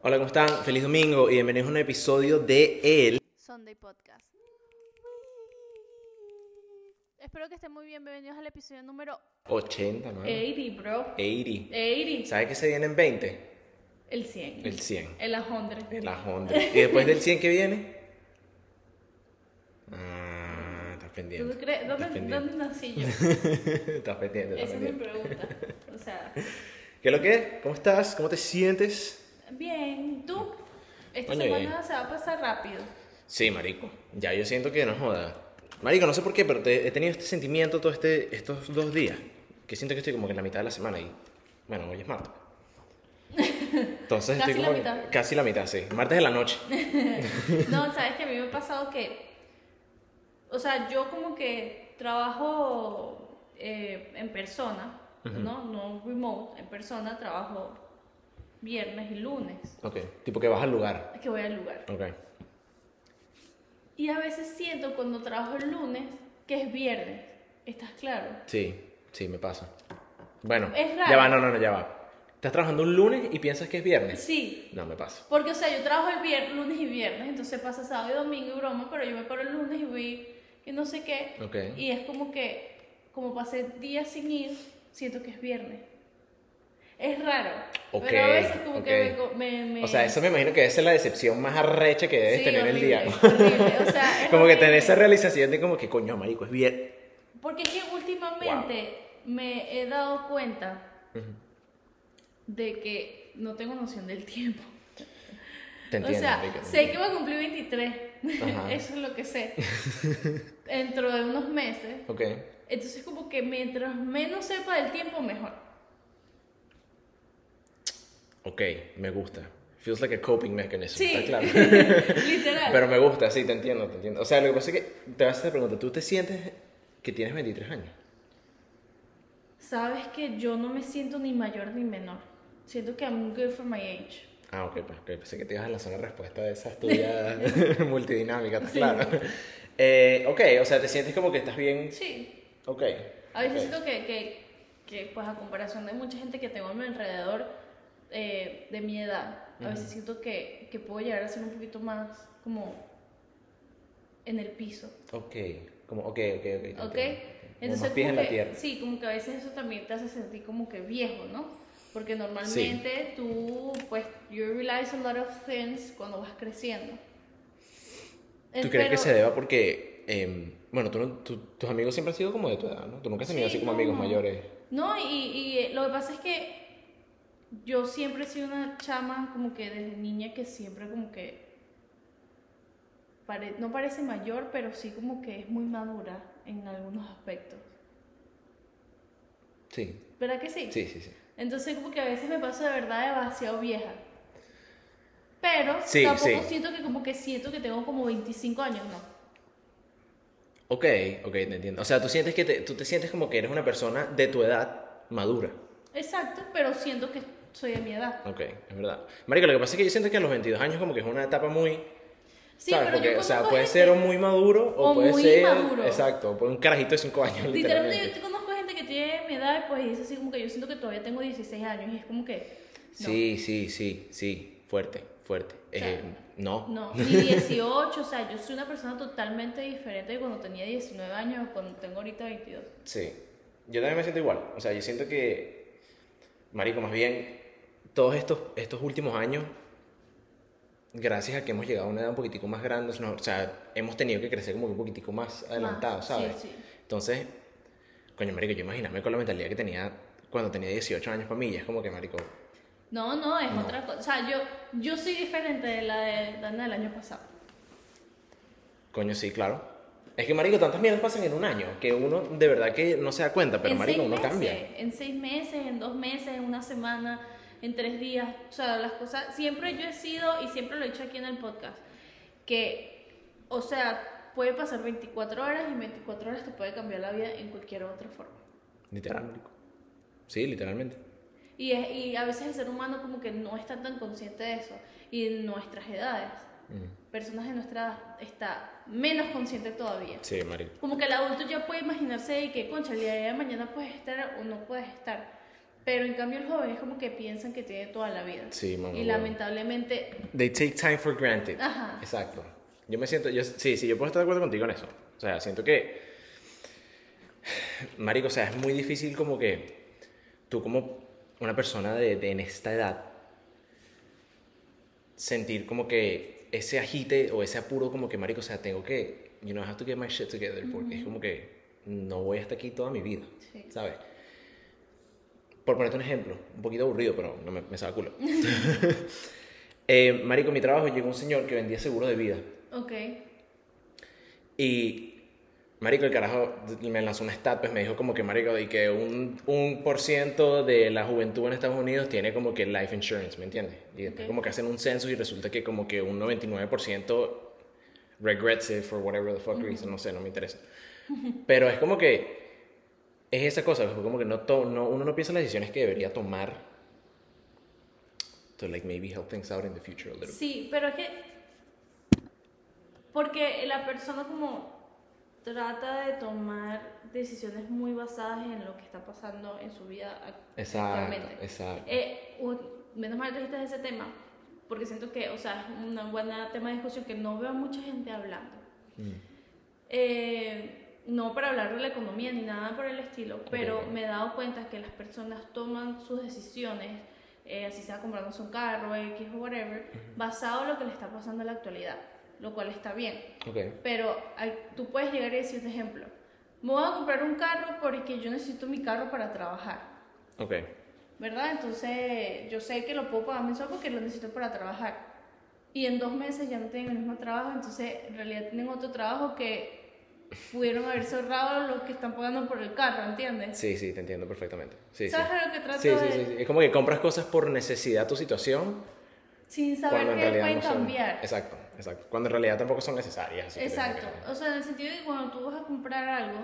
Hola, ¿cómo están? Feliz domingo y bienvenidos a un episodio de El. Sunday Podcast. Espero que estén muy bien. Bienvenidos al episodio número 80, mano. 80, bro. 80. 80. ¿Sabes qué se viene en 20? El 100. El 100. El 100. El Honda. ¿Y después del 100 qué viene? Ah, estás pendiente. ¿Tú crees? Estás ¿Dónde, pendiente. ¿Dónde nací yo? Estás pendiente, estás Esa es mi pendiente. pregunta. O sea, ¿Qué es lo que es? ¿Cómo estás? ¿Cómo te sientes? bien. ¿Tú? Esta Coño, semana bien. se va a pasar rápido. Sí, marico. Ya yo siento que no joda. Marico, no sé por qué, pero te- he tenido este sentimiento todos este, estos dos días. Que siento que estoy como que en la mitad de la semana y... Bueno, hoy es martes. Entonces Casi estoy la como... que- mitad. Casi la mitad, sí. Martes de la noche. No, sabes que a mí me ha pasado que. O sea, yo como que trabajo eh, en persona, ¿no? No remote, en persona trabajo viernes y lunes. Ok. Tipo que vas al lugar. que voy al lugar. Ok. Y a veces siento cuando trabajo el lunes que es viernes. ¿Estás claro? Sí, sí, me pasa. Bueno, Es ya raro. va, no, no, no, ya va. Estás trabajando un lunes y piensas que es viernes. Sí. No, me pasa. Porque, o sea, yo trabajo el viernes, lunes y viernes, entonces pasa sábado y domingo y broma, pero yo me paro el lunes y voy y no sé qué. Ok. Y es como que, como pasé días sin ir, siento que es viernes. Es raro. Ok, pero a veces como que me ok. co- me, me- O sea, eso me imagino que esa es la decepción más arrecha que debes Sí, tener el horrible, día. horrible. O sea, es como que tener horrible. esa realización de como que coño, marico, es viernes. Porque es que últimamente me he dado cuenta de que no tengo noción del tiempo. Te entiendo. o sea, marico. sé que voy a cumplir 23. Ajá. Eso es lo que sé. Dentro de unos meses. Ok. Entonces como que mientras menos sepa del tiempo, mejor. Ok, me gusta. Feels like a coping mechanism. Sí, Está claro. literal. Pero me gusta, sí, te entiendo, te entiendo. O sea, lo que pasa es que te vas a hacer la pregunta, ¿tú te sientes que tienes 23 años? Sabes que yo no me siento ni mayor ni menor. Siento que I'm good for my age. Ah, ok, pues ok, pensé que te ibas a lanzar una respuesta de esas tuyas multidinámicas, está Sí. claro. Eh, ok, o sea, te sientes como que estás bien. Sí. Ok. A veces ok. siento que, que, que, pues a comparación de mucha gente que tengo a mi alrededor eh, de mi edad, a veces siento que, que puedo llegar a ser un poquito más como en el piso, Ok, como, ok, ok, ok. te ¿ok? entiendo. Como Entonces, más pies como en la que- tierra. sí, como que a veces eso también te hace sentir como que viejo, ¿no? Porque normalmente tú, pues, you realize a lot of things cuando vas creciendo. Eh, ¿Tú crees que se deba porque, em, bueno, tú no- tú- tus amigos siempre han sido como de tu edad, ¿no? Tú nunca has tenido Sí, así como no, amigos no. mayores. No, y, y eh, lo que pasa es que yo siempre he sido una chama como que desde niña que siempre como que pare- no parece mayor, pero sí como que es muy madura en algunos aspectos. Sí, ¿Verdad que sí? sí, sí, sí. Entonces como que a veces me paso de verdad demasiado vieja. Pero Sí, tampoco sí. siento que como que siento que tengo como 25 años, no. Ok, ok, te entiendo. O sea, tú sientes que te, tú te sientes como que eres una persona de tu edad madura. Exacto, pero siento que soy de mi edad. Ok, es verdad. Marico, lo que pasa es que yo siento que a los 22 años como que es una etapa muy... Sí, ¿Sabes? pero Porque, yo o sea, conozco puede gente- ser o muy maduro o, o puede muy ser. inmaduro. Exacto, o un carajito de 5 años, Literalmente yo literalmente. te conozco gente que tiene mi edad y pues dice así como que yo siento que todavía tengo 16 años y es como que no, Sí, sí, sí, sí. Fuerte, fuerte. Eh, sea, no. no, ni 18, o sea, yo soy una persona totalmente diferente de cuando tenía 19 años o cuando tengo ahorita 22. Sí. Yo también me siento igual. O sea, yo siento que. Marico, más bien, todos estos, estos últimos años, gracias a que hemos llegado a una edad un poquitico más grande, no, o sea, hemos tenido que crecer como que un poquitico más adelantado, Más, sí, ¿sabes? sí. Entonces, coño, Marico, yo imaginarme con la mentalidad que tenía cuando tenía 18 años para mí, y es como que, Marico, No, no, es No. otra cosa, o sea, yo, yo soy diferente de la de Dana del año pasado. Coño, sí, claro. Es que, marico, tantas mierdas pasan en un año que uno de verdad que no se da cuenta, pero, en marico, seis uno meses, cambia. En seis meses, en dos meses, en una semana, en tres días. O sea, las cosas. Siempre yo he sido, y siempre lo he dicho aquí en el podcast, que, o sea, puede pasar 24 horas y en 24 horas te puede cambiar la vida en cualquier otra forma. Literal, marico. Sí, literalmente. Y, es- y a veces el ser humano como que no está tan consciente de eso. Y en nuestras edades, Mm. personas de nuestra edad, está menos consciente todavía. Sí, marico. Como que el adulto ya puede imaginarse de que, concha, el día de mañana puedes estar o no puedes estar. Pero en cambio el joven es como que piensan que tiene toda la vida. Sí, mamá, Y huevo. lamentablemente, They take time for granted. Ajá. Exacto. Yo me siento, yo, sí, sí, yo puedo estar de acuerdo contigo en eso. O sea, siento que, marico, o sea, es muy difícil como que tú como una persona de, de en esta edad sentir como que ese agite o ese apuro como que, marico, o sea, tengo que, you know, I have to get my shit together porque es como que no voy hasta aquí toda mi vida, Sí. ¿sabes? Por ponerte un ejemplo, un poquito aburrido, pero no me, me saca culo. Eh, marico, en mi trabajo llegó un señor que vendía seguros de vida. ok, Y, marico, el carajo me lanzó una stat, pues me dijo como que, marico, y que un, un por ciento de la juventud en Estados Unidos tiene como que life insurance, ¿me entiendes? Y después Ok. como que hacen un censo y resulta que como que un 99% regrets it for whatever the fuck reason, no sé, no me interesa. Pero es como que, es esa cosa, es como que no, to- no uno no piensa en las decisiones que debería tomar to like maybe help things out in the future a little bit. sí, pero es que, porque la persona como trata de tomar decisiones muy basadas en lo que está pasando en su vida act- Exacto, actualmente. exacto. Eh, un- menos mal trajiste ese tema, porque siento que, o sea, es un buen tema de discusión que no veo a mucha gente hablando. Mm. Eh, no para hablar de la economía ni nada por el estilo, pero Ok. me he dado cuenta que las personas toman sus decisiones, eh, así sea comprándose un carro, X o whatever, basado en lo que le está pasando en la actualidad, lo cual está bien. Okay. Pero hay- tú puedes llegar y decir, por ejemplo, me voy a comprar un carro porque yo necesito mi carro para trabajar. Okay. ¿verdad? Entonces yo sé que lo puedo pagar mensual porque lo necesito para trabajar. Y en dos meses ya no tienen el mismo trabajo, entonces en realidad tienen otro trabajo que pudieron haberse ahorrado lo que están pagando por el carro, ¿entiendes? Sí, sí, te entiendo perfectamente. Sí, ¿Sabes sí. a lo que trato Sí, sí, de- sí, sí. Es como que compras cosas por necesidad tu situación, Sin cuando saber en que realidad pueden no son. cambiar. Exacto, exacto. Cuando en realidad tampoco son necesarias. así que Exacto. como que- O sea, en el sentido de que cuando tú vas a comprar algo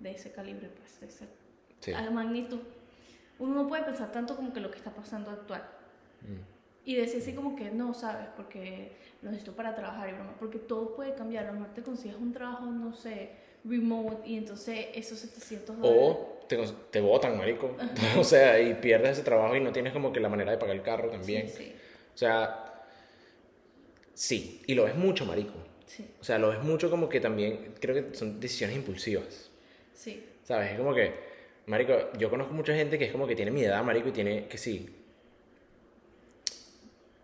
de ese calibre, pues, de esa Sí. a la magnitud, uno no puede pensar tanto como que lo que está pasando actual. Mm. Y decir así como que no, ¿sabes? Porque lo necesito para trabajar y broma. Porque todo puede cambiar. A lo mejor te consigues un trabajo, no sé, remote y entonces esos 700 dólares. O te, cons- te botan, marico. o sea, y pierdes ese trabajo y no tienes como que la manera de pagar el carro también. Sí, O sea, sí, y lo ves mucho, marico. sí, sí. O sea, lo ves mucho como que también creo que son decisiones impulsivas. sí. ¿Sabes? Es como que, marico, yo conozco mucha gente que es como que tiene mi edad, marico, y tiene, que sí,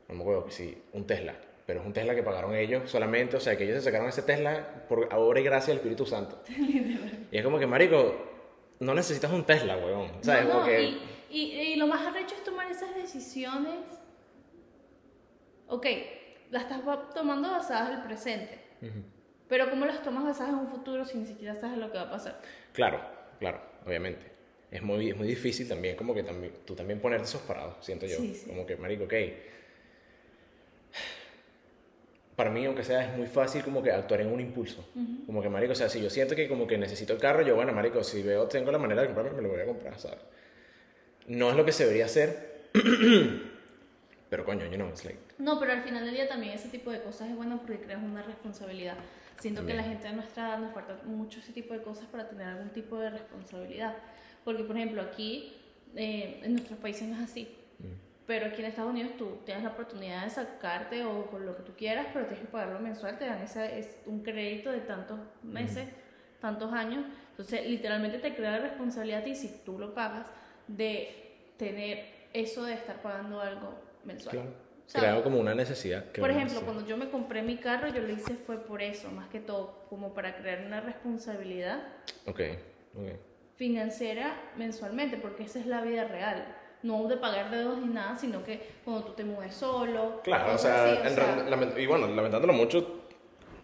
no me acuerdo, que sí, un Tesla. Pero es un Tesla que pagaron ellos solamente, o sea, que ellos se sacaron ese Tesla por obra y gracia del Espíritu Santo. Y es como que, marico, no necesitas un Tesla, weón. ¿Sabes? No, no, Como que- y, y- y lo más arrecho es tomar esas decisiones. Ok, las estás va- tomando basadas en el presente. Ujú. Pero ¿cómo las tomas basadas en un futuro si ni siquiera sabes lo que va a pasar? Claro, claro, obviamente. Es muy, es muy difícil también, como que también, tú también ponerte esos parados, siento yo. Sí, sí. Como que, marico, ok. Para mí, aunque sea, es muy fácil como que actuar en un impulso. Como que, marico, o sea, si yo siento que como que necesito el carro, yo, bueno, marico, si veo, tengo la manera de comprarlo, me lo voy a comprar, ¿sabes? No es lo que se debería hacer, pero coño, you know, it's like... No, pero al final del día también ese tipo de cosas es bueno porque creas una responsabilidad. Siento que la También. gente de nuestra edad nos falta mucho ese tipo de cosas para tener algún tipo de responsabilidad. Porque, por ejemplo, aquí eh, en nuestros países no es así. mm, Pero aquí en Estados Unidos tú tienes la oportunidad de sacarte o con lo que tú quieras, pero tienes que pagarlo mensual, te dan ese, es un crédito de tantos meses, tantos años. Entonces, literalmente te crea la responsabilidad y si tú lo pagas de tener eso de estar pagando algo mensual. Claro. ¿Sabes? Creo como una necesidad. creo Por una ejemplo, necesidad. cuando yo me compré mi carro, yo lo hice fue por eso, más que todo, como para crear una responsabilidad Ok, ok. financiera mensualmente, porque esa es la vida real. No de pagar dedos ni nada, sino que cuando tú te mudes solo. Claro, o cosas sea, así, o en sea, real- lament- y bueno, lamentándolo mucho,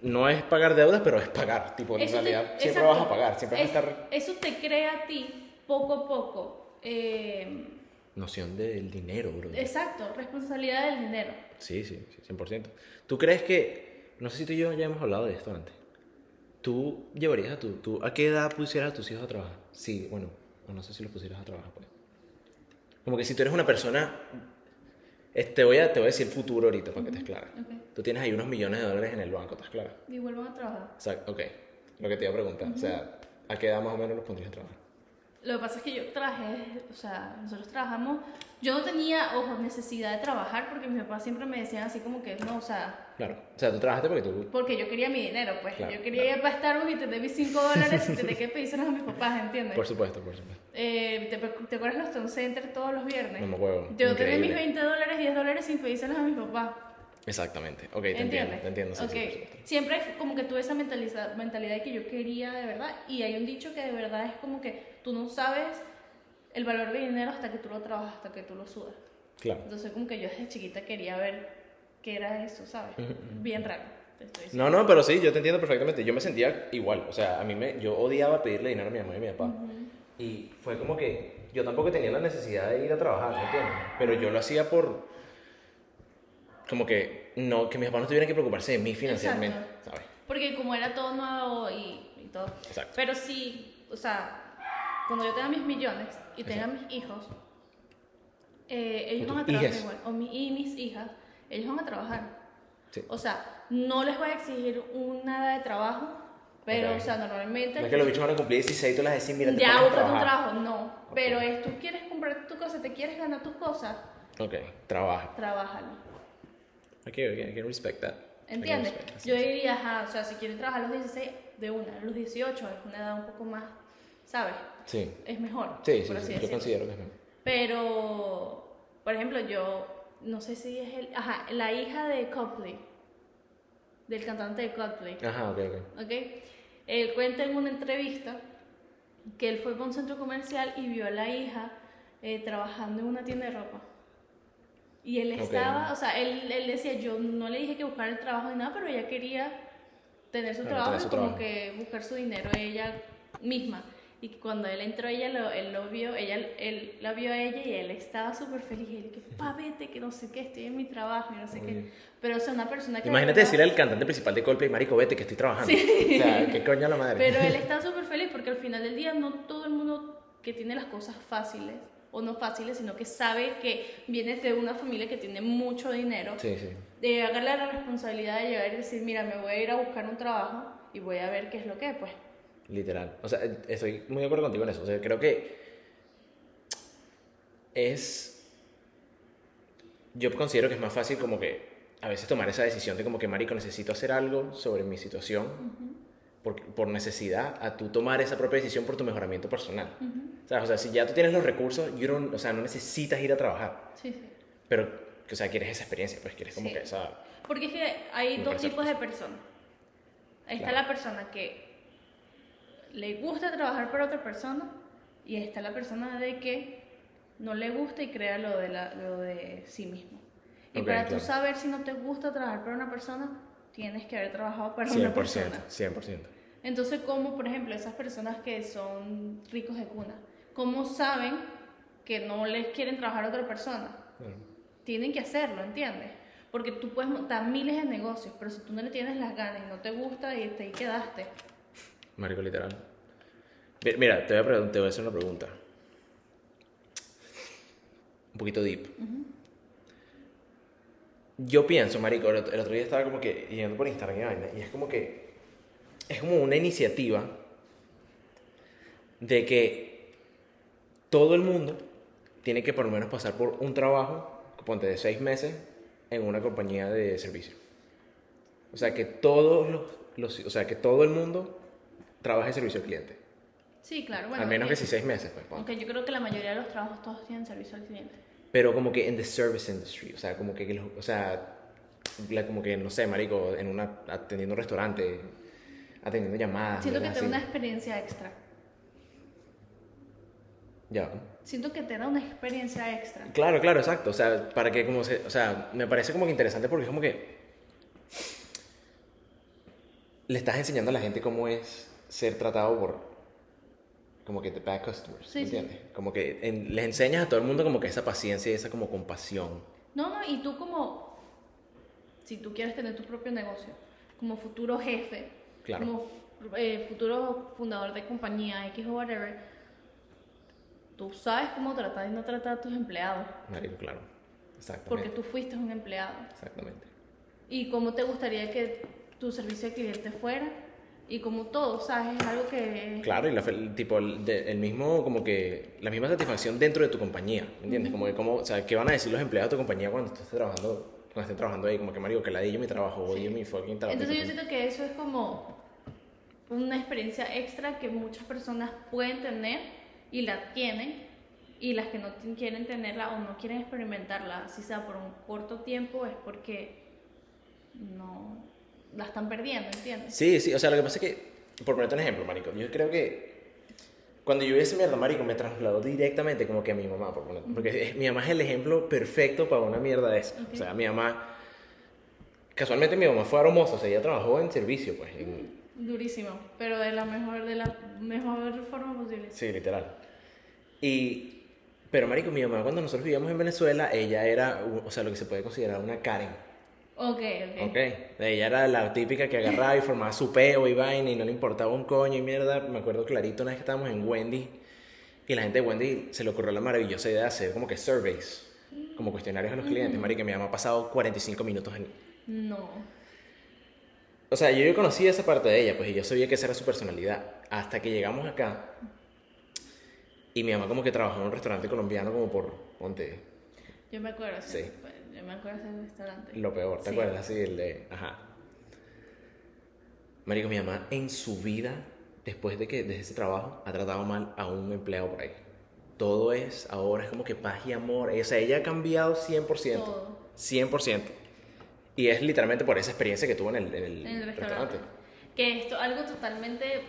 no es pagar deudas, pero es pagar. Tipo, en eso te- realidad siempre exacto. vas a pagar, siempre vas a Es- estar. Eso te crea a ti, poco a poco, eh, Noción del dinero, bro. exacto, responsabilidad del dinero. Sí, sí, sí, 100%. ¿Tú crees que.? No sé si tú y yo ya hemos hablado de esto antes. ¿Tú llevarías a tu. Tú, ¿A qué edad pusieras a tus hijos a trabajar? Sí, bueno, o no sé si los pusieras a trabajar, pues. Como que si tú eres una persona. es- te, voy a, te voy a decir futuro ahorita para que estés clara. Ok. Tú tienes ahí unos millones de dólares en el banco, ¿estás clara? Y vuelvan a trabajar. O sea, ok, lo que te iba a preguntar, o sea, ¿a qué edad más o menos los pondrías a trabajar? Lo que pasa es que yo traje, o sea, nosotros trabajamos, yo no tenía, ojo, necesidad de trabajar porque mis papás siempre me decían así como que, no, o sea, Claro. O sea, tú trabajaste porque tú. porque yo quería mi dinero, pues Claro, yo quería ir para Starbucks y tener mis 5 dólares y tener que pedírselos a mis papás, ¿entiendes? Por supuesto, por supuesto. Eh, ¿te, te acuerdas los Town Center todos los viernes? No me acuerdo. Yo tenía mis Increíble. 20 dólares, 10 dólares sin pedírselos a mis papás. Exactamente. Ok, te entiendo, ¿Entiendes? te entiendo. sí, sí, Ok. por supuesto. Siempre como que tuve esa mentaliza- mentalidad de que yo quería de verdad. Y hay un dicho que de verdad es como que tú no sabes el valor del dinero hasta que tú lo trabajas, hasta que tú lo sudas. Claro. Entonces, como que yo desde chiquita quería ver qué era eso, ¿sabes? Bien raro. te estoy diciendo. No, no, pero sí, yo te entiendo perfectamente. Yo me sentía igual. O sea, a mí me. Yo odiaba pedirle dinero a mi mamá y a mi papá. Y fue como que. Yo tampoco tenía la necesidad de ir a trabajar, ¿me entiendes? Pero yo lo hacía por. Como que. No, que mis papás no tuvieran que preocuparse de mí financieramente, Exacto. ¿sabes? Porque como era todo nuevo y, y todo. Exacto. Pero sí, o sea, cuando yo tenga mis millones y tenga Exacto. mis hijos, eh, ellos O van a tus trabajar hijas. igual. O mi, y mis hijas, ellos van a trabajar. Sí. O sea, no les voy a exigir un nada de trabajo, pero, Ok. o sea, normalmente. No es que los bichos van a cumplir 16 y tú les decís, mira, te ya pones a busca tu trabajar. trabajo, no. Pero es, tú quieres comprar tu cosa, te quieres ganar tus cosas, Ok, trabaja. trabájalo. Ok, ok, I can respect that. I can ¿Entiendes? respect that, sí, Yo sí. diría, ajá, o sea, si quieren trabajar a los 16, de una, a los 18 es una edad un poco más, ¿sabes? Sí, Es mejor, sí, sí, por sí, así yo decirlo. considero que es mejor. Pero, por ejemplo, yo, no sé si es el, ajá, la hija de Copley, del cantante de Copley, Ajá, ok, ok. ¿ok? Él cuenta en una entrevista que él fue para un centro comercial y vio a la hija eh, trabajando en una tienda de ropa. Y él Ok. estaba, o sea, él, él decía, yo no le dije que buscara el trabajo ni nada, pero ella quería tener su Claro, trabajo tener su y como trabajo. que buscar su dinero ella misma. Y que cuando él entró, ella lo, él lo vio, ella, él la vio a ella y él estaba súper feliz. Y él que, pa, vete, que no sé qué, estoy en mi trabajo y no sé qué. Oye. Pero, o sea, una persona que... de Imagínate verdad- decirle al cantante principal de Coldplay, marico, vete que estoy trabajando. O sea, qué coño la madre. Pero él está súper feliz porque al final del día no todo el mundo que tiene las cosas fáciles, o no fáciles, sino que sabe que vienes de una familia que tiene mucho dinero, Sí, sí. de darle la responsabilidad de llegar y decir, mira, me voy a ir a buscar un trabajo y voy a ver qué es lo que es, pues. Literal. O sea, estoy muy de acuerdo contigo en eso. O sea, creo que es... Yo considero que es más fácil como que a veces tomar esa decisión de como que, marico, necesito hacer algo sobre mi situación por, por necesidad a tú tomar esa propia decisión por tu mejoramiento personal. ¿Sabes? O sea, si ya tú tienes los recursos, you don't- o sea, no necesitas ir a trabajar. Sí, sí. Pero, o sea, quieres esa experiencia, pues quieres como Sí. que esa... Porque es que hay Me dos parece tipos de personas. Está Claro. la persona que le gusta trabajar para otra persona y está la persona de que no le gusta y crea lo de, la- lo de sí mismo. Y Ok, para claro. tú saber si no te gusta trabajar para una persona, tienes que haber trabajado para una 100%, persona. 100%. Entonces, como por ejemplo esas personas que son ricos de cuna, ¿cómo saben que no les quieren trabajar a otra persona? Claro. tienen que hacerlo, ¿entiendes? Porque tú puedes montar miles de negocios, pero si tú no le tienes las ganas y no te gusta y te ahí quedaste. Marico, literal. Mi- Mira, te voy a, pregun- te voy a hacer una pregunta. Un poquito deep. Yo pienso, Marico, el ot- el otro día estaba como que yendo por Instagram y vaina, y es como que. Es como una iniciativa de que todo el mundo tiene que por lo menos pasar por un trabajo, ponte de seis meses, en una compañía de servicio. O sea, que todos los, los- o sea, que todo el mundo trabaje en servicio al cliente. Sí, claro, bueno. eh, al menos que aunque- si seis meses, pues. ponte. Aunque yo creo que la mayoría de los trabajos todos tienen servicio al cliente. Pero como que en the service industry, o sea, como que, los- o sea, la- como que, no sé, marico, en una, atendiendo un restaurante, atendiendo llamadas. Siento que ¿verdad? te da una Así. experiencia extra. Ya. Siento que te da una experiencia extra. Claro, claro, exacto. O sea, para que como se, o sea, me parece como que interesante porque es como que le estás enseñando a la gente cómo es ser tratado por como que the bad customers, Sí, ¿me sí. ¿entiendes? Como que en- les enseñas a todo el mundo como que esa paciencia y esa como compasión. No, no, y tú como, si tú quieres tener tu propio negocio, como futuro jefe, Claro. como eh, futuro fundador de compañía X o whatever, tú sabes cómo tratar y no tratar a tus empleados, Marico, claro. porque Exactamente. tú fuiste un empleado. Exactamente. Y cómo te gustaría que tu servicio al cliente fuera Y como todo, ¿sabes? Es algo que... Claro, y la fel- tipo, el, de- el mismo, como que, la misma satisfacción dentro de tu compañía, ¿me ¿entiendes? Como que, como, o sea, ¿qué van a decir los empleados de tu compañía cuando tú estés trabajando, cuando estén trabajando ahí? Como que, marico, que la di yo mi trabajo, odio mi fucking trabajo. Entonces yo Tipo, siento que eso es como una experiencia extra que muchas personas pueden tener y la tienen y las que no ti- quieren tenerla o no quieren experimentarla, si sea por un corto tiempo, es porque no la están perdiendo, ¿entiendes? Sí, sí, o sea, lo que pasa es que, por ponerte un ejemplo, marico, yo creo que cuando yo vi esa mierda, marico, me trasladó directamente como que a mi mamá, por poner- porque es- mi mamá es el ejemplo perfecto para una mierda de esa. Ok. O sea, mi mamá, casualmente mi mamá fue aromosa, o sea, ella trabajó en servicio, pues, en- Durísimo, pero de la mejor de la mejor forma posible. sí, literal. Y, pero marico, mi mamá cuando nosotros vivíamos en Venezuela, ella era, u- o sea, lo que se puede considerar una Karen. Ok, ok. Ok, ella era la típica que agarraba y formaba su peo y vaina y no le importaba un coño y mierda. Me acuerdo clarito una vez que estábamos en Wendy y la gente de Wendy se le ocurrió la maravillosa idea de hacer como que surveys, como cuestionarios a los clientes. Marica, mi mamá ha pasado 45 minutos en... No. O sea, yo, yo conocí esa parte de ella, pues y yo sabía que esa era su personalidad. Hasta que llegamos acá y mi mamá como que trabajó en un restaurante colombiano como por, ponte, Yo me acuerdo. Sí. Sí. Yo me acuerdo del restaurante. Lo peor, ¿te Sí. acuerdas? Sí, el de. Ajá. Marico, mi mamá en su vida, después de que desde ese trabajo, ha tratado mal a un empleado por ahí. Todo es, ahora es como que paz y amor. O sea, ella ha cambiado 100%. Todo. 100%. Y es literalmente por esa experiencia que tuvo en el, en el en el restaurante. restaurante. Que esto algo totalmente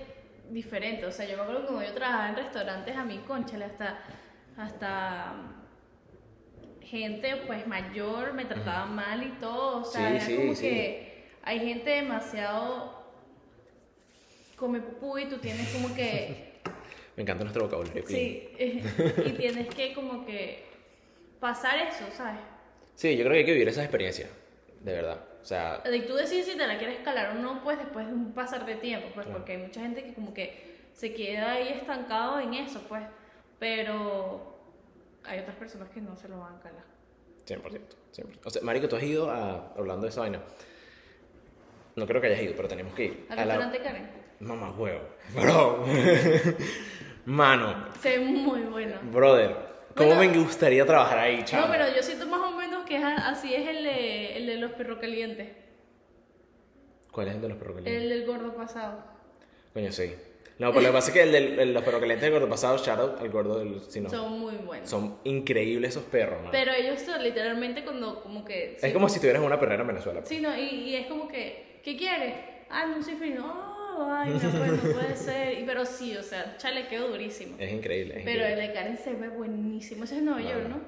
diferente. O sea, yo me acuerdo que cuando yo trabajaba en restaurantes, a mí, conchale, hasta, hasta gente pues mayor me trataba mal y todo. O sea, Sí, era sí, como sí. que hay gente demasiado come pupú y tú tienes como que Me encanta nuestro vocabulario. clean. sí y tienes que como que pasar eso, ¿sabes? Sí, yo creo que hay que vivir esa experiencia. De verdad. O sea, De tú decides si te la quieres calar o no, pues después de un pasar de tiempo, pues porque hay mucha gente que como que se queda ahí estancado en eso, pues. Pero hay otras personas que no se lo van a calar. 100%. 100%. O sea, Marico, tú has ido a. Hablando de esa vaina. No creo que hayas ido, pero tenemos que ir. Al a la- restaurante Karen. Mamá huevo. Bro. Mano. Se ve muy bueno. Eh, Brother. ¿Cómo Bueno. me gustaría trabajar ahí, chaval? No, pero yo siento más o menos que es a- así es el de, el de los perros calientes. ¿Cuál es el de los perros calientes? El del gordo pasado. Coño, sí. No, pero lo que pasa es que el de los perros calientes del gordo pasado, shout out al gordo del. Si no. Son, Son muy buenos. increíbles esos perros, mano. Pero ellos son literalmente cuando como que... es como si tuvieras una perrera en Venezuela. pues. Sí, no, y, y es como que, ¿qué quieres? Ah, no soy feliz. No, ay, no, pues, no puede ser. Y- Pero sí, o sea, chale, quedó durísimo. Es increíble. es Pero el increíble. de Karen se ve buenísimo. Ese es Nueva York, ¿no?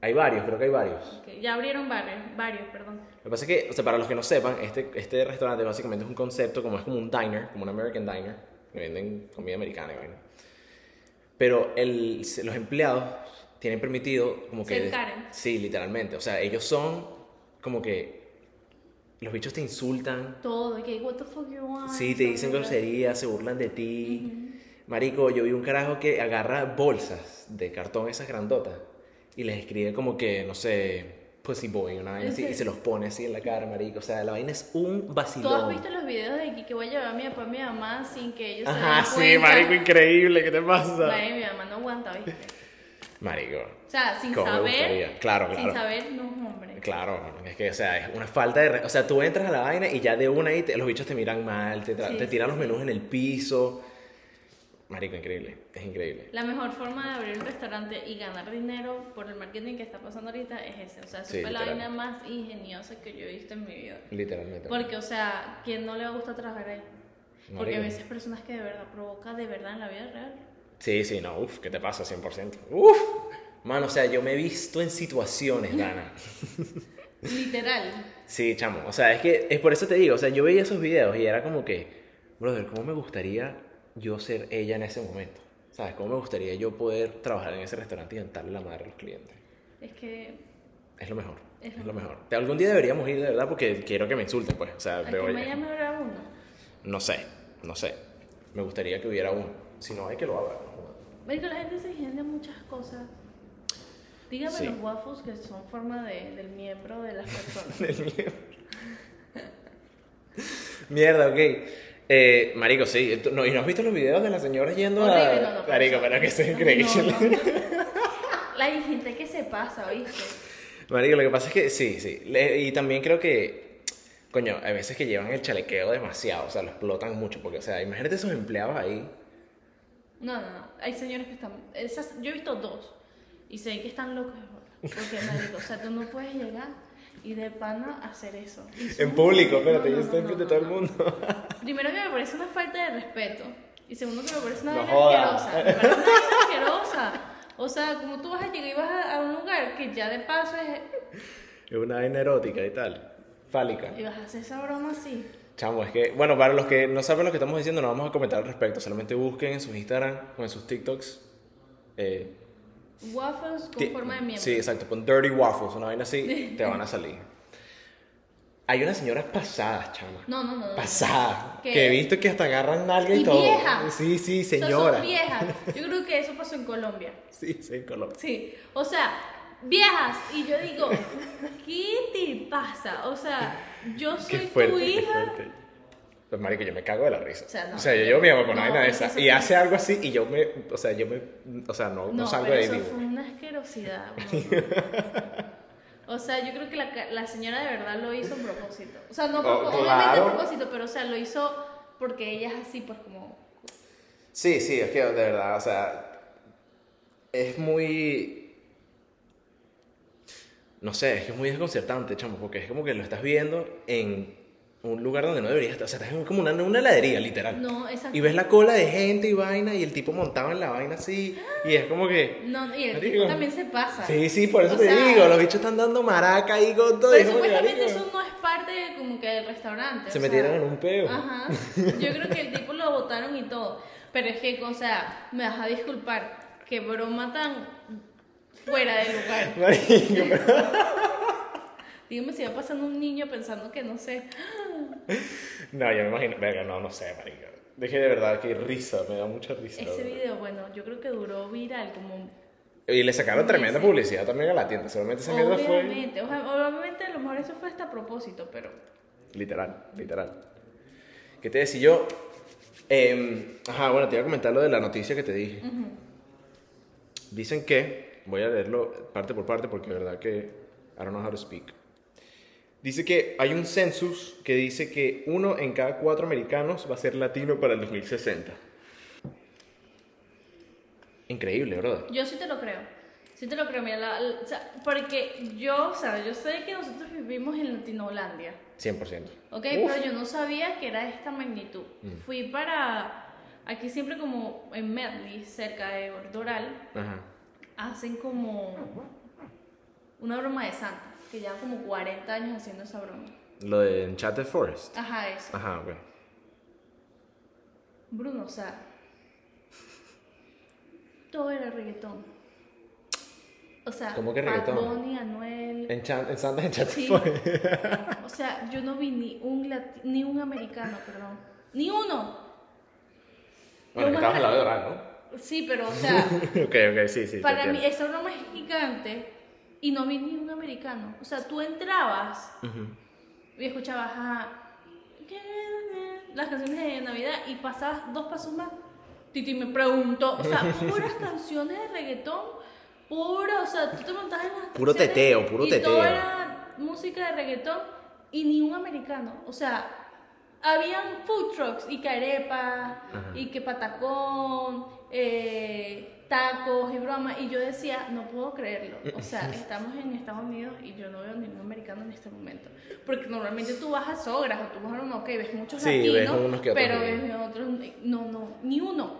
Hay varios, creo que hay varios. Ok, Ya abrieron varios, varios, perdón. Lo que pasa es que, o sea, para los que no sepan, este, este restaurante básicamente es un concepto como es como un diner, como un American diner, que venden comida americana y vaina. Pero el, se- los empleados tienen permitido como que... Ser Karen. Sí, literalmente. O sea, ellos son como que... Los bichos te insultan, Todo, y que, what the fuck you want. sí, te dicen Todo, groserías, se burlan de ti. Marico, yo vi un carajo que agarra bolsas de cartón esas grandotas y les escribe como que, no sé, pussy boy, una vaina ¿En así, y serio? se los pone así en la cara, marico. O sea, la vaina es un ¿Tú has vacilón. visto los videos de que- que voy a llevar a mi papá y a mi mamá sin que ellos Ajá, se sí, den cuenta? marico, increíble, ¿qué te pasa? Madre, mi mamá no aguanta, ¿viste? Marico, O sea, sin Como me saber. gustaría. Claro, claro. Sin saber, no es hombre. claro, es que, o sea, es una falta de... re- O sea, tú entras a la vaina y ya de una ahí te- los bichos te miran mal, te, tra- Sí, te sí, tiran los menús en el piso. Marico, increíble, es increíble. La mejor forma de abrir un restaurante y ganar dinero por el marketing que está pasando ahorita es ese. O sea, esa Sí, fue la literal. vaina más ingeniosa que yo he visto en mi vida. Literalmente. Porque, o sea, ¿quién no le gusta trabajar ahí? Porque a Marico. veces personas que de verdad provoca de verdad en la vida real. Sí, sí, no, uff, ¿qué te pasa? 100%. Uff. Mano, o sea, yo me he visto en situaciones, Dana. Literal. Sí, chamo. O sea, es que es por eso te digo, o sea, yo veía esos videos y era como que, brother, ¿cómo me gustaría yo ser ella en ese momento? ¿Sabes? ¿Cómo me gustaría yo poder trabajar en ese restaurante y cantarle la madre a los clientes? Es que Es lo mejor. Es Es, lo lo mejor. Te- Algún día deberíamos ir, de verdad, porque quiero que me insulten, pues. O sea, aquí veo en ya- Miami habrá uno. No sé, no sé. Me gustaría que hubiera uno. Si no hay, que lo haga. Marico, la gente se ingenia muchas cosas. Dígame Sí. los waffles que son forma de- del miembro de las personas. Mierda, ok. Eh, marico, sí. Tú- No, ¿Y no has visto los videos de las señoras yendo a. Horrible, no, no, Ah, marico, no. pero que se No, cree no, no. La gente que se pasa, ¿oíste? Marico, lo que pasa es que sí, sí. Le- y también creo que, coño, hay veces que llevan el chalequeo demasiado, o sea, lo explotan mucho, porque, o sea, imagínate esos empleados ahí. No, no, no. Hay señores que están. Esas, yo he visto dos. Y sé que están locos. de bola, Porque, marico, o sea, tú no puedes llegar y de pana hacer eso. Y son- En público, espérate, yo No, no, estoy no, enfrente de no, todo el no. mundo. Primero que me parece una falta de respeto. Y segundo que me parece una No vaina joda. asquerosa. Me parece una vaina asquerosa. O sea, como tú vas a llegar y vas a, a un lugar que ya de paso es. Es una vaina erótica y tal. Fálica. Y vas a hacer esa broma así. Chamo, es que, bueno, para los que no saben lo que estamos diciendo, no vamos a comentar al respecto. Solamente busquen en sus Instagram o en sus TikToks. eh, Waffles con ti- forma de miembro. Sí, exacto. Pon Dirty Waffles, una vaina así, te van a salir. Hay unas señoras pasadas, chama. No, no, no. no. Pasada. ¿Qué? Que he visto que hasta agarran nalga y, Y todo. vieja. Sí, sí, O sea, son señora. viejas. Yo creo que eso pasó en Colombia. Sí, sí, en Colombia. Sí, o sea, viejas. Y yo digo, ¿qué te pasa? O sea, yo soy Qué fuerte, tu qué hija. fuerte. Pues marico, yo me cago de la risa. O sea, no. yo llevo a mi mamá con No, una vaina de pero es que esa eso y fue- hace algo así y yo me, o sea, yo me, o sea, no, no, No, salgo pero de ahí eso vivo. fue una asquerosidad. bro. O sea, yo creo que la, ca- la señora de verdad lo hizo a propósito. O sea, no a Oh, propósito, obviamente claro. a propósito, pero o sea, lo hizo porque ella es así, pues como... Sí, sí, es que de verdad, o sea, es muy... No sé, es que es muy desconcertante, chamo, porque es como que lo estás viendo en un lugar donde no deberías estar. O sea, estás en como una, una heladería, literal. No, exacto. Y ves la cola de gente y vaina y el tipo montado en la vaina así y es como que... No, y el Marico. tipo también se pasa. Sí, sí, por eso O te sea, digo, los bichos están dando maraca ahí con todo. y es Pero como que, supuestamente marico, eso no es parte de, como que del restaurante. Se o metieron sea, en un peo. Ajá. Yo creo que el tipo lo votaron y todo. Pero es que, o sea, me vas a disculpar. Qué broma tan fuera de lugar. Marico, pero- Dígame si va pasando un niño pensando que no sé. No, yo me imagino, verga, no, no sé, marico. Dije de verdad que risa, me da mucha risa. la Ese verdad. video, bueno, yo creo que duró viral como. Y le sacaron tremenda Meses. publicidad también a la tienda. Seguramente esa mierda fue. Obviamente, oja- obviamente, a lo mejor eso fue hasta a propósito, pero. Literal, literal. ¿Qué te decía yo? Em, ajá, bueno, te iba a comentar lo de la noticia que te dije. Dicen que, voy a leerlo parte por parte porque de verdad que I don't know how to speak. Dice que hay un census que dice que uno en cada cuatro americanos va a ser latino para el 2060. Increíble, brother. Yo sí te lo creo. Sí te lo creo, mira, la- la- o sea, porque yo, o sea, yo sé que nosotros vivimos en Latinolandia. 100%. Uf. Ok, Mm. pero yo no sabía que era esta magnitud. Fui para aquí siempre como en Medley, cerca de Ordoral, Ajá. hacen como una broma de Santa, que llevan como 40 años haciendo esa broma. Lo de Enchanted Forest. Ajá, eso. Ajá, ok. Bruno, o sea, todo era reggaetón. O sea, ¿Cómo que reggaetón? Eh. Bad Bunny, Anuel, En, Chan- en Santa Enchanted Sí. Forest. O sea, yo no vi ni un lati- ni un americano, perdón. Ni uno. Bueno, Lo estabas más al lado de raro- Oral, ¿no? Sí, pero o sea, ok, ok, sí, sí. te para mí entiendo. esa broma es gigante y no vi ni un americano. O sea, tú entrabas y escuchabas ajá, las canciones de Navidad y pasabas dos pasos más. Titi me preguntó, o sea, puras canciones de reggaetón, pura, o sea, tú te montabas en las Puro canciones teteo, puro y teteo. Todo era música de reggaetón y ni un americano, o sea, habían food trucks y carepa y que patacón, eh, tacos y broma. Y yo decía, no puedo creerlo. O sea, estamos en Estados Unidos y yo no veo ningún americano en este momento. Porque normalmente tú vas a Sogras o tú vas a un ok, ves muchos Sí, ves latinos, unos que otros pero no. ves otros. No, no, ni uno.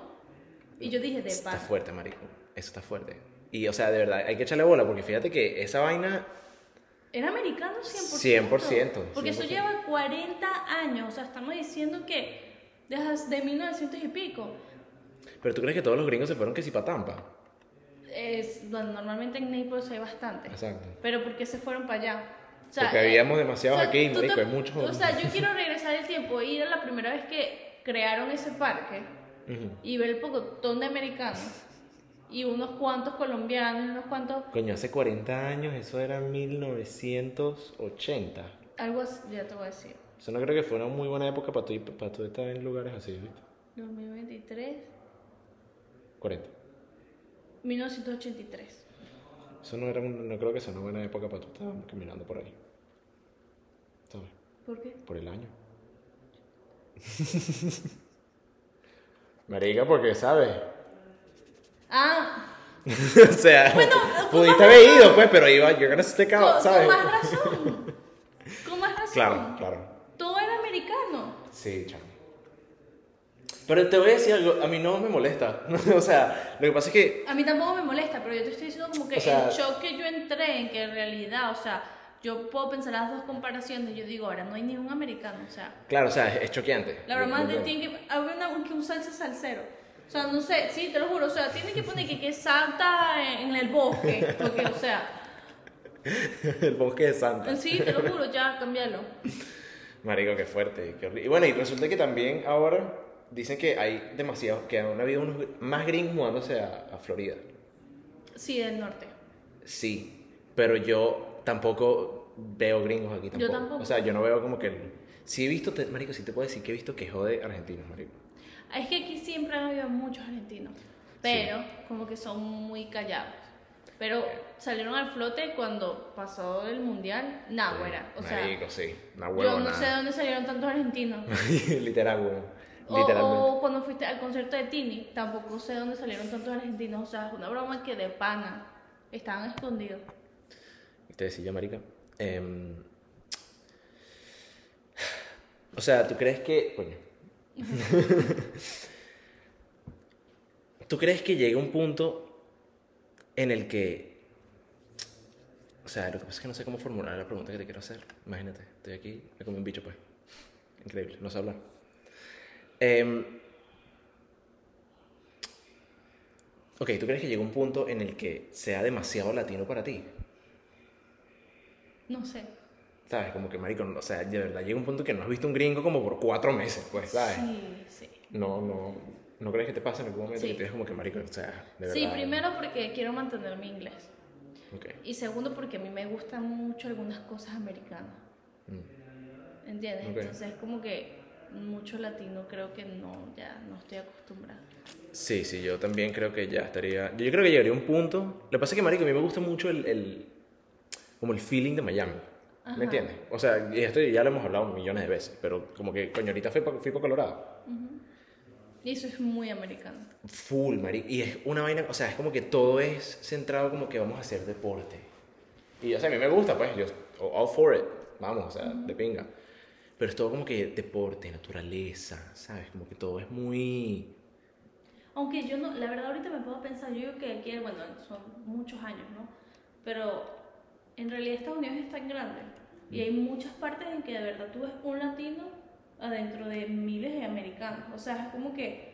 Y yo dije, de Está paz. fuerte, marico. Eso está fuerte. Y, o sea, de verdad, hay que echarle bola porque fíjate que esa vaina... Era americano 100%. 100%, Porque eso 100%. lleva 40 años. O sea, estamos diciendo que desde 1900 y pico. Pero tú crees que todos los gringos se fueron que si pa' Tampa. Es, bueno, normalmente en Naples hay bastante. Exacto. Pero ¿por qué se fueron para allá? O Porque habíamos eh, demasiados aquí, tú marico, te- hay muchos. O sea, yo quiero regresar el tiempo, ir a la primera vez que crearon ese parque Ujú. y ver el pocotón de americanos y unos cuantos colombianos, unos cuantos, Coño, hace 40 años, eso era 1980. algo así, ya te voy a decir. O sea, no creo que fuera una muy buena época para tú, ir- para tú estar en lugares así, ¿viste? 2023, 40. 1983. Eso no era un- no creo que sea una buena época para tú estar caminando por ahí. ¿Sabes? ¿Por qué? Por el año. Marica, porque, ¿sabes? Ah, o sea, Bueno, pudiste con haber más ido, pues, pero iba, yo no sé con, con ¿sabes? más razón. Con más razón. Claro, claro. Todo era americano. Sí, chamo. Pero te voy a decir algo, a mí no me molesta. o sea, lo que pasa es que. A mí tampoco me molesta, pero yo te estoy diciendo como que O sea- el shock que yo entré en que en realidad, o sea, yo puedo pensar las dos comparaciones. Yo digo, ahora no hay ningún americano, o sea. Claro, o sea, es, es choqueante. La broma de tiene que haber una- que un salsa salsero. O sea, no sé, sí, te lo juro. O sea, tiene que poner que, que salta en el bosque. Porque, o sea, El bosque de Santa. sí, te lo juro, ya, cambiarlo. Marico, qué fuerte. Qué horri- y bueno, y resulta que también ahora dicen que hay demasiados, que han habido unos gr- más gringos mudándose a, a Florida. Sí, del norte. Sí, pero yo tampoco veo gringos aquí tampoco. Yo tampoco. O sea, yo no veo como que. Sí he visto, te- Marico, sí te puedo decir que he visto que jode argentinos, Marico. Es que aquí siempre han habido muchos argentinos. Pero, como que son muy callados. Pero salieron al flote cuando pasó el mundial. Nah, güera. O sea, Marico, sí. Una yo no huevona. sé de dónde salieron tantos argentinos. Literal, huevón. O, Literalmente. o cuando fuiste al concierto de Tini, tampoco sé dónde salieron tantos argentinos. O sea, es una broma que de pana estaban escondidos. Y te decía yo, marica. em, o sea, ¿tú crees que... Coño. ¿Tú crees que llegue un punto en el que... O sea, lo que pasa es que no sé cómo formular la pregunta que te quiero hacer. Imagínate, estoy aquí, me comí un bicho, pues. Increíble, no sé hablar. Em, ok, ¿tú crees que llegue un punto en el que sea demasiado latino para ti? No sé. ¿Sabes? Como que, marico, o sea, de verdad llega un punto que no has visto un gringo como por cuatro meses, pues, ¿sabes? Sí, sí. No, no, ¿no crees que te pasa en algún momento Sí. que te ves como que, marico, o sea, de verdad? Sí, primero porque quiero mantener mi inglés. Ok. Y segundo porque a mí me gustan mucho algunas cosas americanas. Mm. ¿Entiendes? Ok. Entonces es como que mucho latino creo que no, ya no estoy acostumbrada. Sí, sí, yo también creo que ya estaría... Yo creo que llegaría a un punto... Lo que pasa es que, marico, a mí me gusta mucho el... el- como el feeling de Miami. Ajá. ¿Me entiendes? O sea, y esto ya lo hemos hablado millones de veces, pero como que, coño, ahorita fui para Colorado. Y eso es muy americano. Full, marico. Y es una vaina, o sea, es como que todo es centrado como que vamos a hacer deporte. Y, o sea, a mí me gusta, pues, yo, all for it, vamos, o sea, de pinga. Pero es todo como que deporte, naturaleza, ¿sabes? Como que todo es muy... Aunque yo no, la verdad ahorita me puedo pensar, yo digo que aquí, bueno, son muchos años, ¿no? Pero en realidad Estados Unidos es tan grande y Mm. hay muchas partes en que de verdad tú ves un latino adentro de miles de americanos. O sea, es como que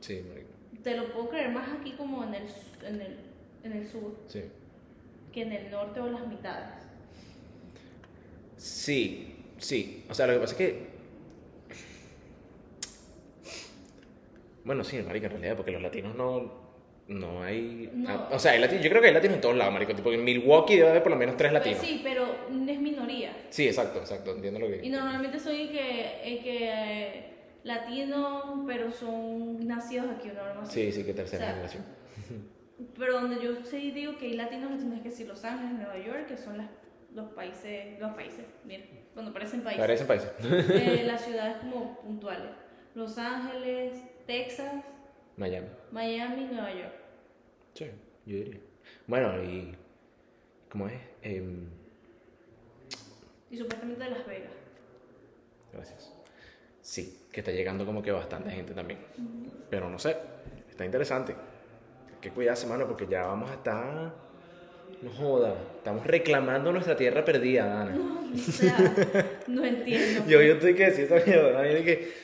Sí, marico, te lo puedo creer más aquí como en el, s- en el, en el sur sí. que en el norte o las mitades. Sí, sí. O sea, lo que pasa es que... Bueno, sí, marico, en realidad, porque los latinos no... No hay... No. O sea, hay latinos, yo creo que hay latinos en todos lados, marico. Tipo, en Milwaukee debe haber por lo menos tres Pues latinos. sí, pero es minoría. Sí, exacto, exacto, entiendo lo que... Y normalmente son el que, el que latinos, pero son nacidos aquí, una broma así. Sí, sí, que tercera O sea, generación. Pero donde yo sí digo que hay latinos, latinos es que sí, Los Ángeles, Nueva York, que son las- los países, los países, mira, cuando parecen países, Parecen países. eh, las ciudades como puntuales. Los Ángeles, Texas, Miami. Miami, Nueva York. Sí, yo diría. Bueno, y... ¿Cómo es? Em, Y supuestamente Las Vegas. gracias. Sí, que está llegando como que bastante gente también. Pero no sé, está interesante. Hay que cuidarse, mano, porque ya vamos a estar... No joda, estamos reclamando nuestra tierra perdida, Dana. O sea, no entiendo. Yo, yo tuve que decir esa mierda, la vaina que...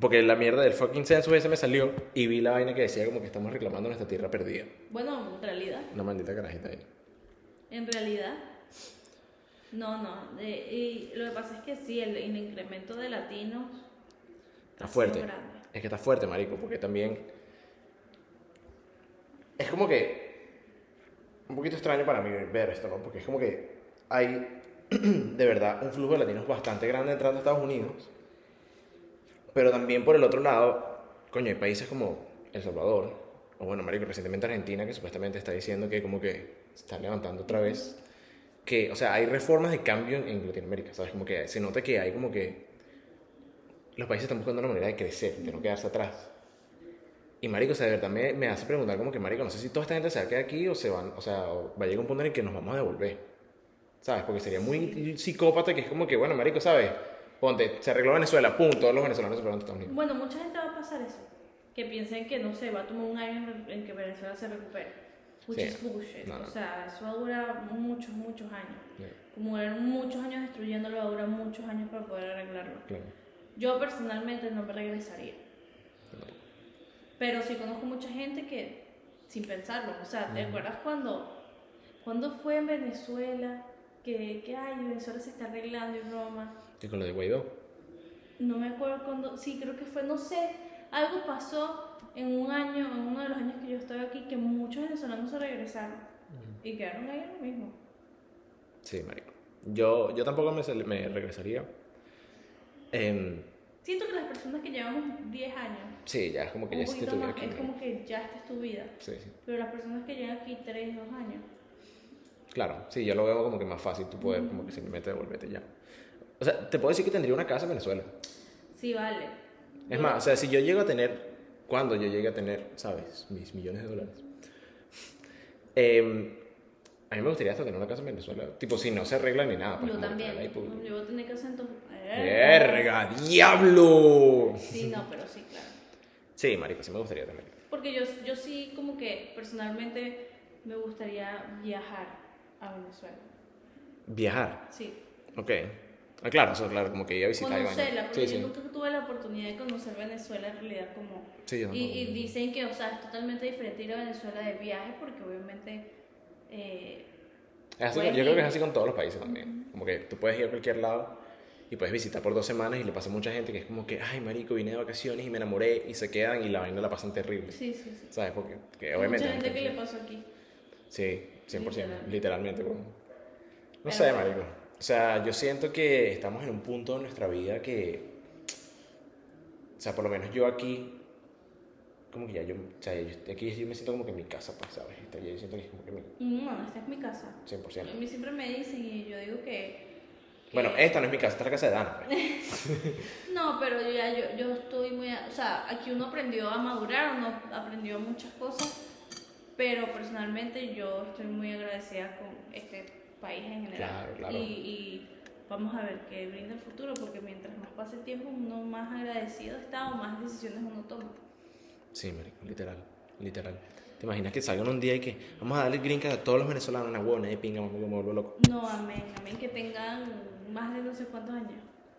Porque la mierda del fucking censo ese me salió y vi la vaina que decía como que estamos reclamando nuestra tierra perdida. Bueno, en realidad, Una maldita carajita ahí. en realidad, no, no. de- y lo que pasa es que sí, el, el incremento de latinos Está ha sido fuerte. grande. Es que está fuerte, marico, porque también es como que un poquito extraño para mí ver esto, ¿no? Porque es como que hay de verdad un flujo de latinos bastante grande entrando a Estados Unidos. Pero también por el otro lado, coño, hay países como El Salvador, o bueno, Marico, recientemente Argentina, que supuestamente está diciendo que como que se está levantando otra vez. Que, o sea, hay reformas de cambio en, en Latinoamérica, ¿sabes? Como que se nota que hay como que los países están buscando una manera de crecer, de no quedarse atrás. Y marico, o sea, de verdad me, me hace preguntar como que, marico, no sé si toda esta gente se va a quedar aquí o se van, o sea, o va a llegar un punto en el que nos vamos a devolver. ¿Sabes? Porque sería muy psicópata que es como que, bueno, marico, ¿sabes? Ponte, se arregló Venezuela, punto, todos los venezolanos se fueron a Estados Unidos. Bueno, mucha gente va a pasar eso. Que piensen que, no sé, va a tomar un año en- en que Venezuela se recupere. Which Sí, is bullshit. no, no. O sea, eso va a durar muchos, muchos años. Yeah, Como eran muchos años destruyéndolo, va a durar muchos años para poder arreglarlo. claro. Yo personalmente no me regresaría. Pero sí conozco mucha gente que, sin pensarlo, o sea, ¿te acuerdas cuando, cuando fue en Venezuela? Que, que, ay, Venezuela se está arreglando y Roma. Y con lo de Guaidó. No me acuerdo cuándo, sí, creo que fue, no sé, algo pasó en un año, en uno de los años que yo estaba aquí, que muchos venezolanos se regresaron y quedaron ahí en lo mismo. Sí, marico. Yo, yo tampoco me, sal- me regresaría. Em, Siento que las personas que llevamos 10 años, sí, ya es como que un ya se poquito estuviera más, aquí. es marico. como que ya esta es tu vida. Sí, sí. Pero las personas que llegan aquí 3, 2 años, Claro, sí, yo lo veo como que más fácil tú poder, como que simplemente devolverte ya. O sea, te puedo decir que tendría una casa en Venezuela. sí vale. Es más, o sea, si yo llego a tener, cuando yo llegue a tener, ¿sabes? Mis millones de dólares. Em, a mí me gustaría hasta tener una casa en Venezuela. Tipo, si no se arregla ni nada. pues, Yo como que también. ahí, pues, Yo voy a tener que hacer entonces. ¡Verga! ¡Diablo! Sí, no, pero sí, claro. Sí, marico, sí me gustaría tener. Porque yo, yo sí, como que personalmente me gustaría viajar a Venezuela. Viajar. Sí. Pues, Ok. Ah, claro, eso, claro, como que ir a visitar y vaina. Conocerla, porque Sí, yo sí. nunca tuve la oportunidad de conocer Venezuela en realidad como. Sí, yo y, tampoco. y dicen que, o sea, es totalmente diferente ir a Venezuela de viaje, porque obviamente. eh, Es así, Puedes yo creo que ir. es así con todos los países también. Como que tú puedes ir a cualquier lado y puedes visitar por dos semanas y le pasa a mucha gente que es como que, ay, marico, vine de vacaciones y me enamoré y se quedan y la vaina la pasan terrible. sí, sí, sí. ¿Sabes? Porque que Hay obviamente... Mucha gente gente- que le pasó aquí. Sí, 100%, Literal. literalmente. weón. No Pero sé, bueno. marico. O sea, yo siento que estamos en un punto de nuestra vida que... O sea, por lo menos yo aquí... Como que ya yo... O sea, yo- aquí yo me siento como que en mi casa, pues, ¿sabes? Este, Yo siento que es como que mi... No, esta es mi casa. 100%. A mí siempre me dicen y yo digo que. que- Bueno, esta no es mi casa, esta es la casa de Dana. pues. No, pero yo ya yo, yo estoy muy. a- O sea, aquí uno aprendió a madurar, uno aprendió muchas cosas, pero personalmente yo estoy muy agradecida con este país en general. Claro, claro. Y, y vamos a ver qué brinda el futuro, porque mientras más pase el tiempo, uno más agradecido está o más decisiones uno toma. Sí, marico, literal, literal. ¿Te imaginas que salgan un día y que vamos a darle green card a todos los venezolanos? Una buena de pinga, mamá, que me vuelvo loco. No, amén, amén, que tengan más de no sé cuántos años.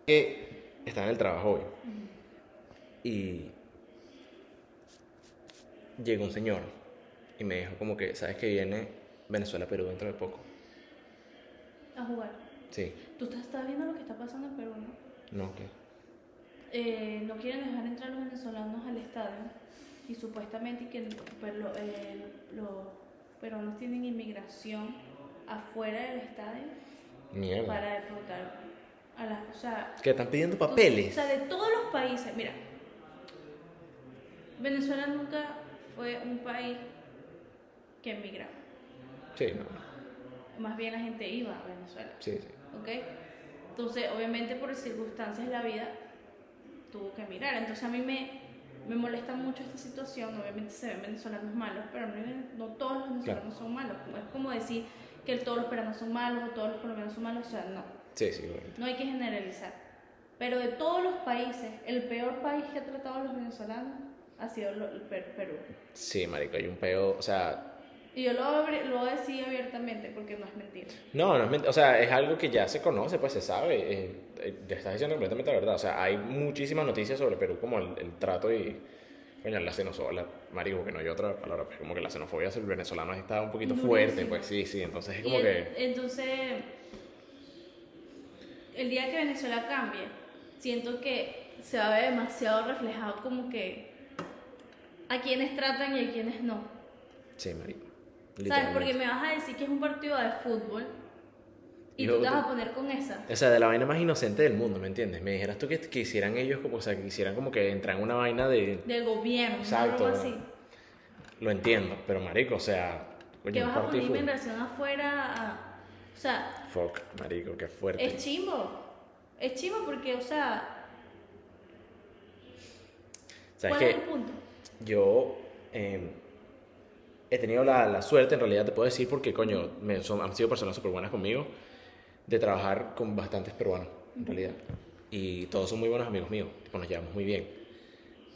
Que está en el trabajo hoy. Y llegó un señor y me dijo como que, ¿sabes que viene Venezuela, Perú dentro de poco? A jugar. Sí, Tú estás, estás viendo lo que está pasando en Perú, ¿no? no, que... eh, no quieren dejar entrar los venezolanos al estadio y supuestamente que pero, lo- eh, los peruanos tienen inmigración afuera del estadio Mierda. para deportar a las... O sea, Que están pidiendo tú- O papeles. sea, de todos los países, mira, Venezuela nunca fue un país que emigraba, Sí, no, más bien la gente iba a Venezuela. sí, sí. ¿ok? Entonces, obviamente por circunstancias de la vida, tuvo que mirar. Entonces a mí me, me molesta mucho esta situación, obviamente se ven venezolanos malos, pero no, no todos los venezolanos son malos. No Es como decir que todos los peruanos son malos o todos los colombianos son malos, o sea, no, Sí, sí, bueno. no hay que generalizar. Pero de todos los países, el peor país que ha tratado a los venezolanos ha sido lo- el Per- Perú. Sí, marico, hay un peo, o sea, Y yo lo, abri- lo voy a decir abiertamente porque no es mentira. No, no es ment- o sea, es algo que ya se conoce, pues se sabe. eh, eh, te estás diciendo completamente la verdad. O sea, hay muchísimas noticias sobre Perú, como el, el trato y. Coño, la xenofobia, marico, que no hay otra palabra, pues como que la xenofobia hacia el venezolano está un poquito fuerte, Durísimo. pues sí, sí. Entonces es Y como en- que. Entonces, el día que Venezuela cambie, siento que se va a ver demasiado reflejado como que a quienes tratan y a quienes no. Sí, marico. ¿Sabes? literalmente. Porque me vas a decir que es un partido de fútbol Y Yo- tú te vas a poner con esa. O sea, de la vaina más inocente del mundo, ¿me entiendes? Me dijeras tú que quisieran ellos, como, o sea, que quisieran como que entrar en una vaina de... Del gobierno, Exacto. algo así. Lo entiendo, pero marico, o sea... coño, que un vas a partido de poner fútbol. inmigración afuera. a- o sea, Fuck, marico, qué fuerte. es chimbo. Es chimbo porque, o sea, ¿Sabes ¿cuál qué? es el punto? Yo eh, he tenido la, la suerte, en realidad te puedo decir, porque coño, me, son- han sido personas súper buenas conmigo, de trabajar con bastantes peruanos, en realidad. Y todos son muy buenos amigos míos, tipo, nos llevamos muy bien.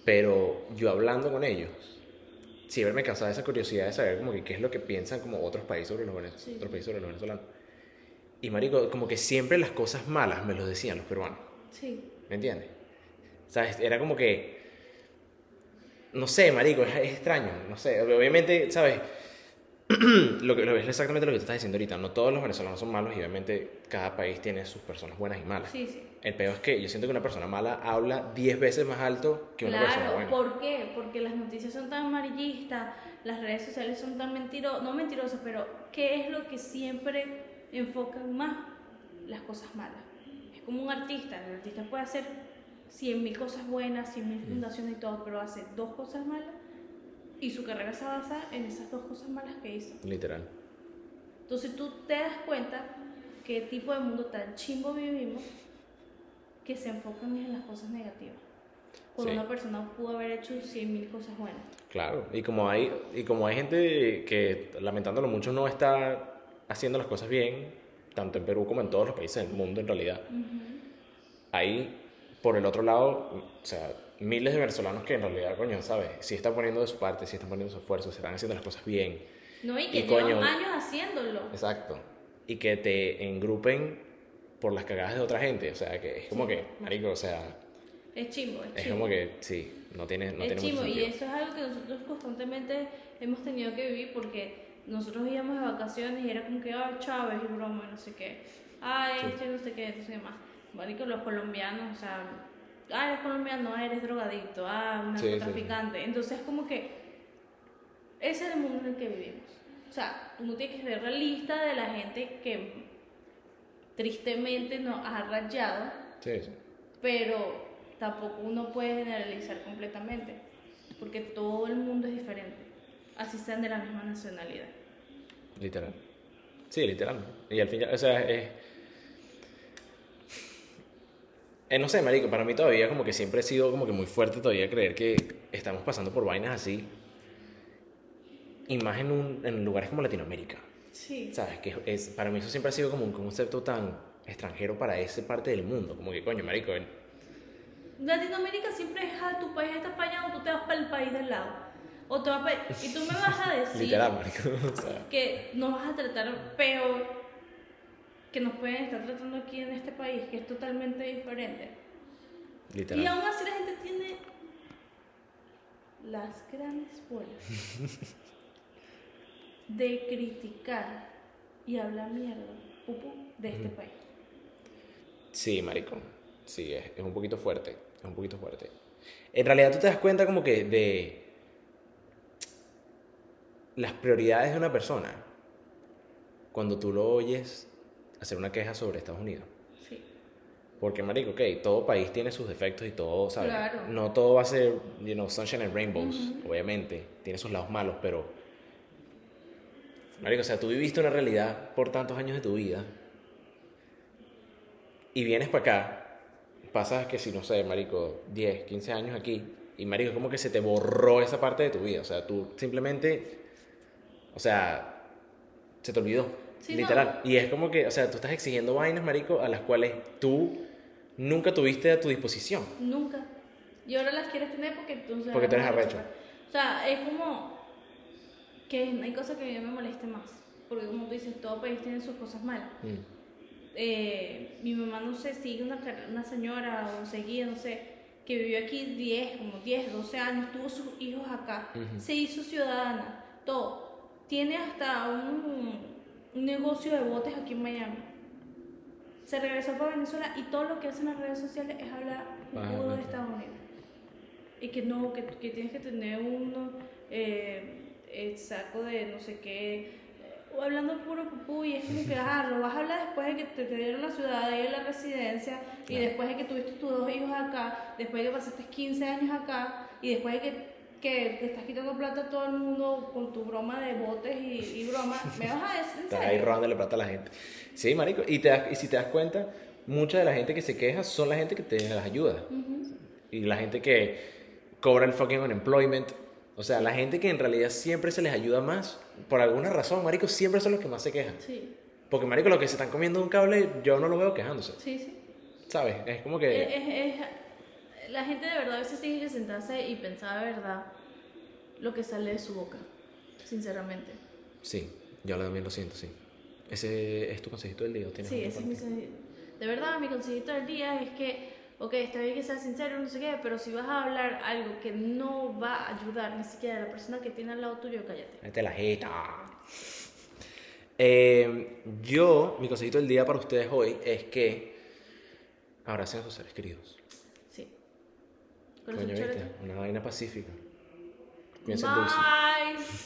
Pero yo hablando con ellos, siempre me causaba esa curiosidad de saber como que qué es lo que piensan como otros países sobre los, venez- Sí. otros países sobre los venezolanos. Y marico, como que siempre las cosas malas me los decían los peruanos. Sí. ¿Me entiendes? O sea, es- era como que. No sé, marico, es, es extraño, no sé. Obviamente, ¿sabes? lo que lo es exactamente lo que tú estás diciendo ahorita. No todos los venezolanos son malos y obviamente cada país tiene sus personas buenas y malas. Sí, sí. El peor es que yo siento que una persona mala habla 10 veces más alto que una persona Claro, buena. ¿por qué? Porque las noticias son tan amarillistas, las redes sociales son tan mentirosas, no mentirosas, pero ¿qué es lo que siempre enfocan más? Las cosas malas. Es como un artista, el artista puede hacer 100.000 cosas buenas, Mm. 100.000 fundaciones y todo, pero hace dos cosas malas y su carrera se basa en esas dos cosas malas que hizo. Literal. Entonces tú te das cuenta qué tipo de mundo tan chimbo vivimos que se enfocan en las cosas negativas. Cuando Sí. una persona pudo haber hecho 100.000 cosas buenas. Claro. Y como hay, y como hay gente que, lamentándolo mucho, no está haciendo las cosas bien, tanto en Perú como en todos los países del mundo en realidad. Ahí, por el otro lado, o sea, miles de venezolanos que en realidad, coño, ¿sabes? Sí están poniendo de su parte, sí están poniendo su esfuerzo, se están haciendo las cosas bien. No, y que Y llevan coño. años haciéndolo. Exacto. Y que te engrupen por las cagadas de otra gente. O sea, que es como que, marico, o sea, Es chimbo, es es chimbo. como que, sí, no tiene, no es tiene mucho chimbo, y sentido. eso es algo que nosotros constantemente hemos tenido que vivir porque nosotros íbamos de vacaciones y era como que, ah, Chávez y broma, no sé qué. Ah, este, no sé qué, no sé qué más. Marico, los colombianos, o sea, ah, eres colombiano, ah, eres drogadicto, ah, un Sí, sí, sí. narcotraficante. Entonces, como que ese es el mundo en el que vivimos. O sea, uno tiene que ser realista de la gente que tristemente nos ha rayado Sí, sí. pero tampoco uno puede generalizar completamente, porque todo el mundo es diferente, así sean de la misma nacionalidad. Literal. Sí, literal. Y al final, o sea, es... eh, no sé, marico, para mí todavía como que siempre he sido como que muy fuerte todavía creer que estamos pasando por vainas así. Y más en, un- en lugares como Latinoamérica. Sí. ¿Sabes? Que es, para mí eso siempre ha sido como un concepto tan extranjero para esa parte del mundo. Como que, coño, marico, en- Latinoamérica siempre es, ah, tu país está para allá o tú te vas para el país del lado. O te vas pa- Y tú me vas a decir literal, marico. O sea, que nos vas a tratar peor que nos pueden estar tratando aquí en este país, que es totalmente diferente. Y literal. aún así la gente tiene las grandes bolas de criticar y hablar mierda pupú, de este país. Sí, marico. Sí, es, es un poquito fuerte. Es un poquito fuerte. En realidad tú te das cuenta como que de las prioridades de una persona cuando tú lo oyes hacer una queja sobre Estados Unidos. Sí. Porque, marico, ok, todo país tiene sus defectos y todo, ¿sabes? Claro. No todo va a ser, you know, sunshine and rainbows, obviamente. Tiene sus lados malos, pero... Marico, o sea, tú viviste una realidad por tantos años de tu vida y vienes para acá, pasas que si, no sé, marico, 10, 15 años aquí y, marico, es como que se te borró esa parte de tu vida. O sea, tú simplemente, o sea, se te olvidó, Sí, literal. no. Y es como que, o sea, tú estás exigiendo vainas, marico, a las cuales tú nunca tuviste a tu disposición. Nunca. Y ahora las quieres tener porque tú, Porque tú eres arrecho. este O sea, es como que hay cosas que a mí me moleste más. Porque como tú dices, todo país tiene sus cosas malas. Mm, eh, mi mamá, no sé, sigue una, car- una señora o seguía, no sé, que vivió aquí 10, como 10, 12 años, tuvo sus hijos acá, se hizo ciudadana, todo. Tiene hasta un, un negocio de botes aquí en Miami. Se regresó para Venezuela y todo lo que hacen las redes sociales es hablar Ah, puro de ok. Estados Unidos. Y que no, que, que tienes que tener uno, eh, el saco de no sé qué, o hablando puro pupú y es como que, ah, lo vas a hablar después de que te, te dieron la ciudadanía y la residencia y Claro. después de que tuviste tus dos hijos acá, después de que pasaste 15 años acá y después de que, que te estás quitando plata a todo el mundo con tu broma de botes y, y broma, me vas a decir, en Estás ahí serio. robándole plata a la gente. Sí, marico. Y, te das- y si te das cuenta, mucha de la gente que se queja son la gente que te las ayuda. Y la gente que cobra el fucking unemployment. O sea, la gente que en realidad siempre se les ayuda más, por alguna razón, marico, siempre son los que más se quejan. Sí, Porque, marico, los que se están comiendo un cable, yo no lo veo quejándose. sí, sí. ¿Sabes? Es como que... Es- es- es- la gente de verdad a veces tiene que sentarse y pensar de verdad lo que sale de su boca, sinceramente. Sí, yo también lo siento, sí. Ese es tu consejito del día. ¿o tienes Sí, otra ese es mi parte? consejo. De verdad, mi consejito del día es que, ok, está bien que seas sincero, no sé qué, pero si vas a hablar algo que no va a ayudar ni siquiera a la persona que tiene al lado tuyo, cállate. Mete la jeta. Eh, yo, mi consejito del día para ustedes hoy es que abracen a sus seres queridos. Sí. Corazón Coño, chorete. ¿viste? Una vaina pacífica. Piensen dulce. Bye.